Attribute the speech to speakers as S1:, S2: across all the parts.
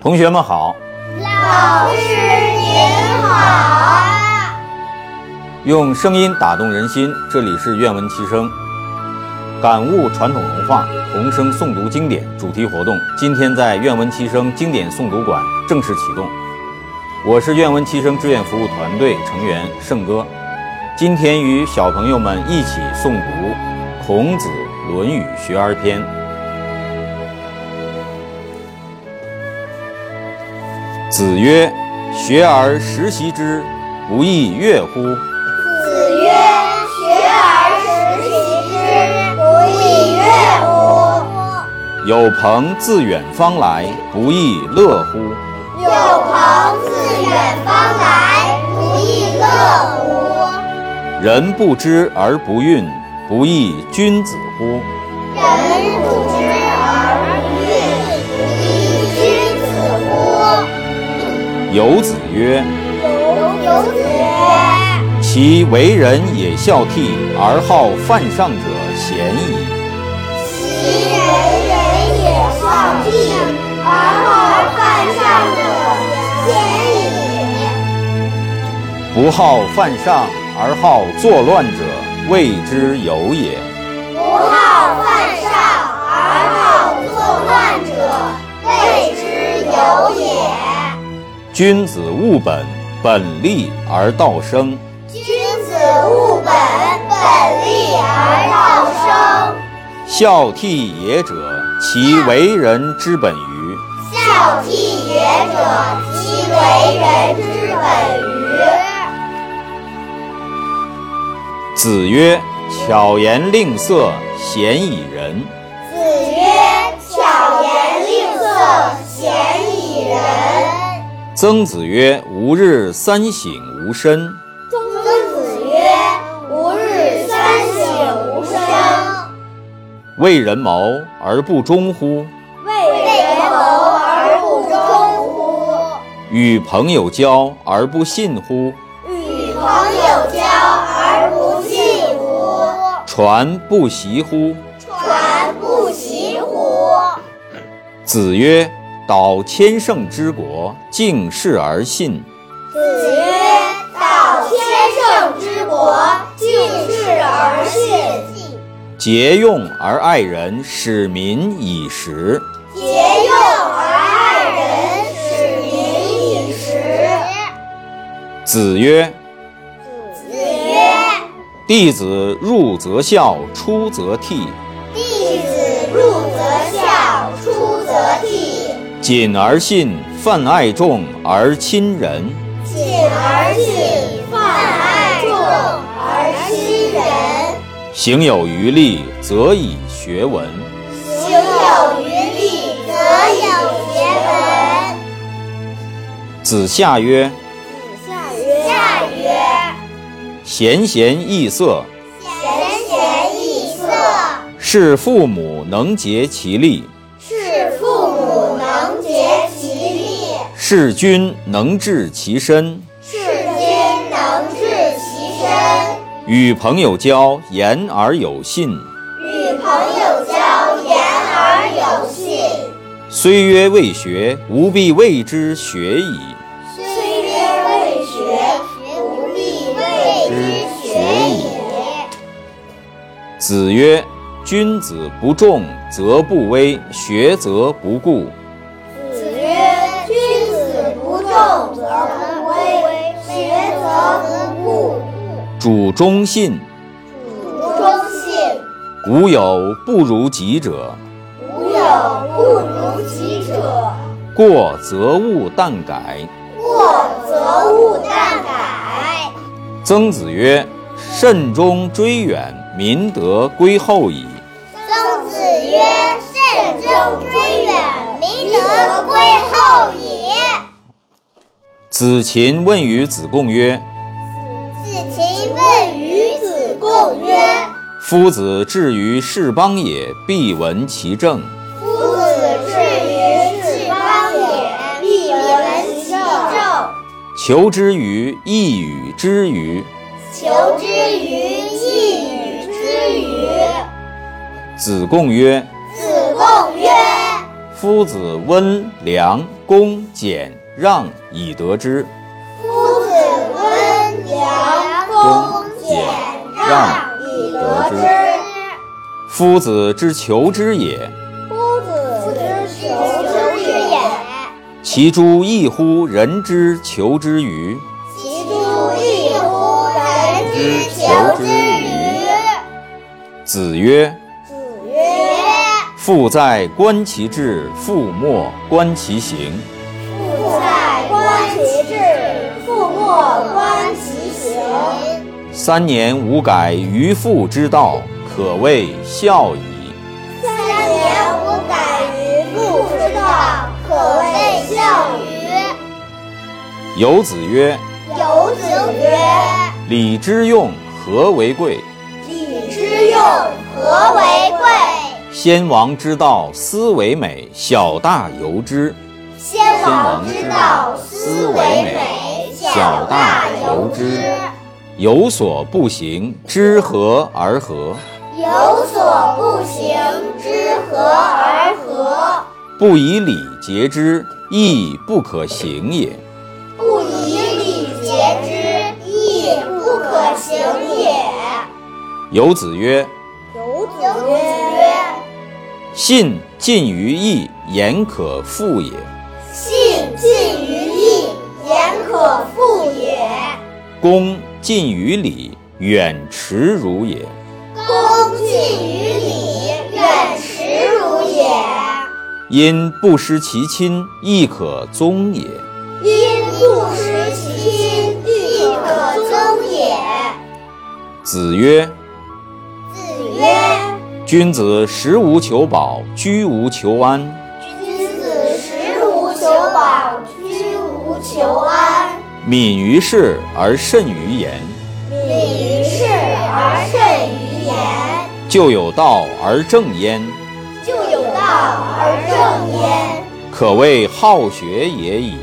S1: 同学们好，
S2: 老师您好，
S1: 用声音打动人心，这里是愿闻其声，感悟传统文化，同声诵读经典主题活动，今天在愿闻其声经典诵读馆正式启动。我是愿闻其声志愿服务团队成员盛哥，今天与小朋友们一起诵读《孔子·论语·学而篇》。子曰：“学而时习之，不亦说乎？”
S2: 子曰：“学而时习之，不亦说乎？
S1: 有朋自远方来，不亦乐乎？
S2: 有朋自远方来，不亦乐乎？
S1: 人不知而不愠，不亦君子乎？
S2: 人不知而不愠，不亦君子乎
S1: 有子曰：”
S2: 有子曰：“
S1: 其为人也孝悌，而好犯上者鲜矣。：“
S2: 其为人也孝悌，而后犯上者，鲜矣。”
S1: 不好犯上而好作乱者，谓之有也。
S2: 不好犯上而好作乱者，谓之有也。
S1: 君子务本，本立而道生。
S2: 君子务本，本立而道生。
S1: 孝悌也者，其为人之本与？
S2: 孝悌也者，其为人之本
S1: 子曰：“巧言令色，鲜矣仁。”
S2: 与。子曰：“巧言令色，鲜矣仁。
S1: 曾子曰：“吾日三省吾身。””
S2: 曾子曰：“吾日三省吾身，
S1: 为人谋而不忠乎？
S2: 为人谋而不忠乎？”
S1: 与朋友交而不信乎？
S2: 与朋友交而不信乎？
S1: 传不习乎？
S2: 传不习乎？
S1: 子曰：“导千乘之国，敬事而信。
S2: 子曰：“道千乘之国，敬事而信，
S1: 节用而爱人，使民以时。
S2: 节用而爱人，使民以时。”
S1: 子曰”
S2: 子曰：“
S1: 弟子入则孝，出则悌，：“
S2: 弟子入则孝，出则悌，
S1: 谨而信，泛爱众而亲仁。”
S2: 谨而信，泛爱众而亲仁。”
S1: 行有余力，则以学文。
S2: 行有余力，则有学文。
S1: 子夏曰
S2: 夏曰：“
S1: 贤贤易色，
S2: 贤贤易色，
S1: 是父母能竭其力，
S2: 是父母能竭其力，
S1: 是君能治其身。
S2: 是君能治其身。
S1: 与朋友交，言而有信。
S2: 与朋友交，言而有信。
S1: 虽曰未学，吾必谓之学矣。
S2: 虽曰未学，不必谓之学矣。”
S1: 子曰：“君子不重则不威，学则不固。
S2: 子曰：“君子不重则不威，学则不固。”
S1: 主忠信，
S2: 不忠信，
S1: 吾有不如己者，
S2: 无有不如己者。
S1: 过则勿惮改。”
S2: 过则勿惮改。
S1: 曾子曰：“慎终追远，民德归厚矣。
S2: 曾子曰：“慎终追远，民德归厚矣。”
S1: 子禽问于子贡曰”
S2: 子禽问于子贡曰：“
S1: 夫子至于是邦也，必闻其政。：“
S2: 夫子至于是邦也，必闻其政。
S1: 求之于一与之于。
S2: 求之于一语之于。”
S1: 子贡曰
S2: 子贡曰：“
S1: 夫子温良恭俭让以得之，
S2: 夫子温良恭俭让以得之。
S1: 夫子之求之也，
S2: 夫子之求之也，
S1: 其诸异乎人之求之与？
S2: 其诸异乎人之求之与？
S1: 子曰：
S2: 子曰：
S1: 父在观其志，父莫观其行。
S2: 父在观其志，父莫观其行。
S1: 三年无改于父之道，可谓孝矣。
S2: 三年无改于父之道，可谓孝于。
S1: 有子曰：
S2: 有子曰：“
S1: 礼之用，和为贵。
S2: 礼之用，和为贵。
S1: 先王之道，斯为美，小大由之。
S2: 先王之道，斯为美，小大由之。
S1: 有所不行，知和而和；
S2: 有所不行，知和而和。
S1: 不以礼节之，亦不可行也。
S2: 不以礼节之，亦不可行也。”
S1: 有子曰
S2: 有子曰：“
S1: 信近于义，言可复也；：“
S2: 信近于义，言可复也；
S1: 恭近于礼，远耻辱也。
S2: 恭近于礼，远耻辱也。
S1: 因不失其亲，亦可宗也。”
S2: 因不失其亲，亦可宗也。”
S1: 子曰：“
S2: 子曰：“
S1: 君子食无求饱，居无求安。
S2: 君子食无求饱，居无求安，
S1: 敏于事而慎于言，
S2: 敏于事而慎于言。”
S1: 就有道而正焉，
S2: 就有道而正焉，
S1: 可谓好学也已。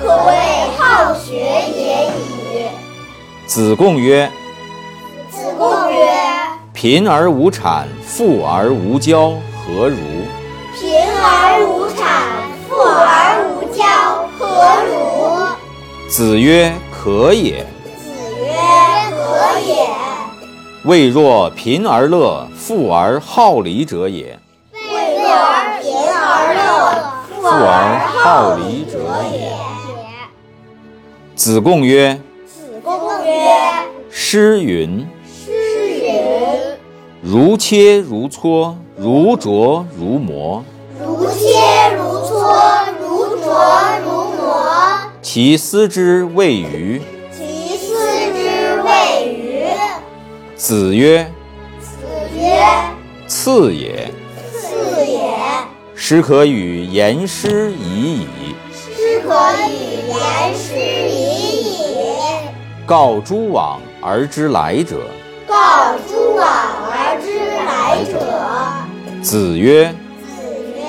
S2: 可谓好学也已。
S1: 子贡曰
S2: 子贡曰：“
S1: 贫而无谄，富而无骄，何如？”：“
S2: 贫而无谄，富而无骄，何如
S1: 子曰：“可也。？”
S2: 子曰：“可也。
S1: 未若贫而乐，富而好礼者也。”
S2: 未若贫而乐，富
S1: 富而
S2: 而
S1: 好
S2: 好
S1: 礼
S2: 礼
S1: 者
S2: 者
S1: 也
S2: 也。”
S1: 子贡曰
S2: 子贡曰：“
S1: 诗云：‘
S2: 知云，
S1: 如切如磋，如琢如磨。’
S2: 如切如磋，如琢如磨。”
S1: 其斯之谓与？
S2: 其四之谓鱼。
S1: 子曰
S2: 子曰：“
S1: 赐也。
S2: 赐也，
S1: 师可与言师已矣。
S2: 师可与言师已矣。
S1: 告诸往而知来者。”
S2: 告诸往而知来者。
S1: 子曰
S2: 子曰：“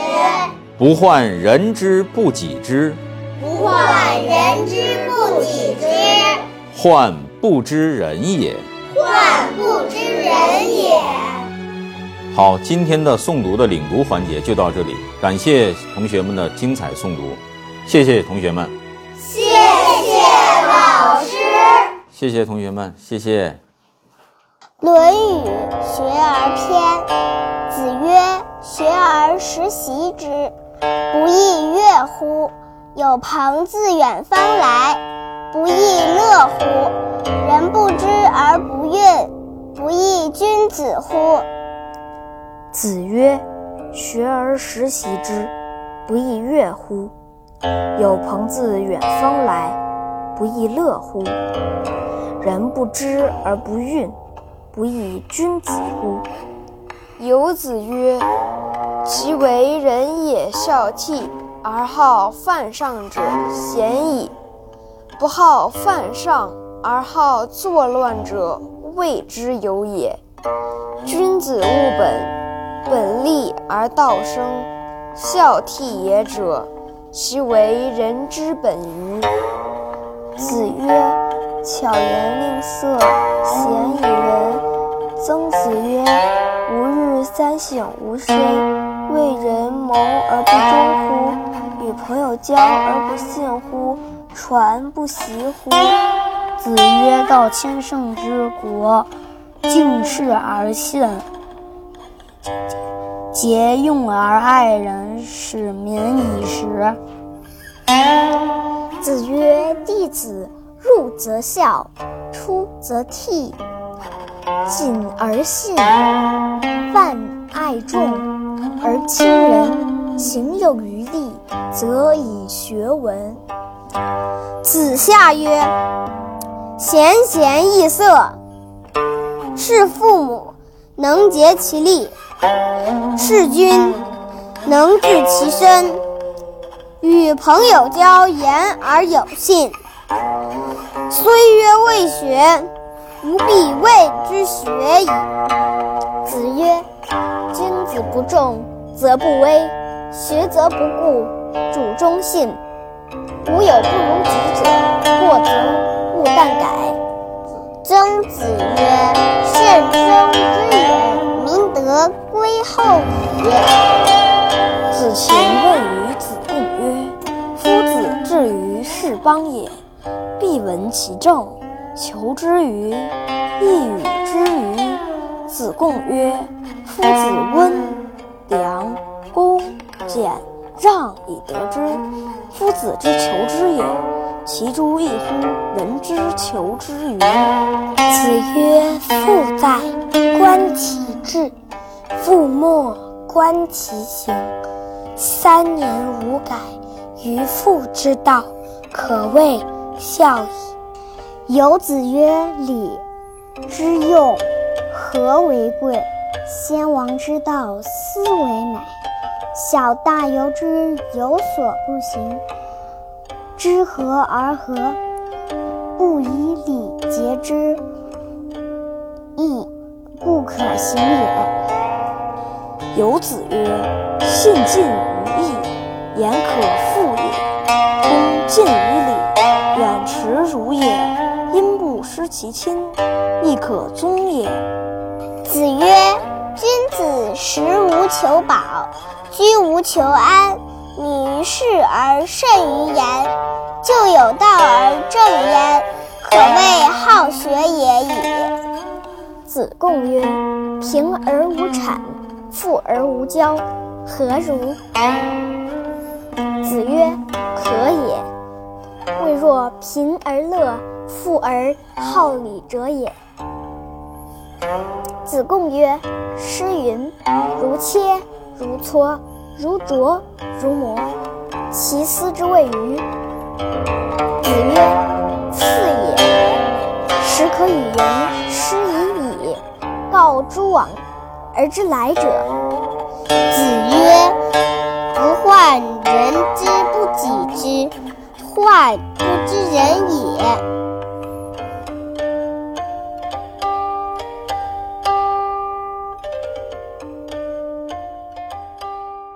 S1: 不患人之不己知，
S2: 不患人之不己知，
S1: 患不知人也。”
S2: 患不知人也。
S1: 好，今天的诵读的领读环节就到这里，感谢同学们的精彩诵读，谢谢同学们，
S2: 谢谢老师。
S1: 谢谢同学们，谢谢。
S3: 《论语·学而篇》子曰：“学而时习之，不亦说乎？有朋自远方来，不亦乐乎？人不知而不愠，不亦君子乎？”
S4: 子曰：“学而时习之，不亦说乎？有朋自远方来，不亦乐乎？人不知而不愠，不亦君子乎？”
S5: 有子曰：“其为人也孝悌，而好犯上者鲜矣；不好犯上而好作乱者，谓之有也。君子务本，本立而道生。孝悌也者，其为人之本与？”
S4: 子曰：“巧言令色，鲜矣仁。”曾子曰：“吾日三省吾身，为人谋红而不忠乎？与朋友交而不信乎？传不习乎？
S6: 子曰：“道千乘之国，敬事而信，节用而爱人，使民以时。”
S3: 子曰：“弟子入则孝，出则悌，谨而信，泛爱众而亲仁，行有余力，则以学文。”
S2: 子夏曰：“贤贤易色，事父母能竭其力，事君能治其身。与朋友交，言而有信。虽曰未学，吾必谓之学矣。”
S3: 子曰：“君子不重则不威，学则不固，主忠信。”吾有不如己者，过则勿惮改。
S2: 曾子曰：“慎终之远，明德归厚矣。”
S5: 子禽问于子贡曰：“夫子至于是邦也，必闻其政，求之于亦与之于。”子贡曰：“夫子温良恭俭让以得之。”夫子之求之也，其诸异乎人之求之与？
S3: 子曰：“父在，观其志；父没，观其行。三年无改于父之道，可谓孝
S6: 矣。”有子曰：“礼之用，和为贵。先王之道，斯为美。”小大由之有所不行，知和而和，不以礼节之，亦不可行
S5: 也。有子曰：“信近于义，言可复也；恭近于礼，远驰如也。因不失其亲，亦可宗也。”
S2: 子曰：“君子食无求饱。”居无求安，敏于事而慎于言，就有道而正焉，可谓好学也已。
S3: 子贡曰：“贫而无谄，富而无骄，何如？”子曰：“可也。未若贫而乐，富而好礼者也。”子贡曰：“诗云：‘如切。’”如磋，如琢，如磨，其斯之谓与？子曰：“次也。始可与人师已矣，告诸往而知来者。”
S2: 子曰：“不患人之不己知，患不知人也。”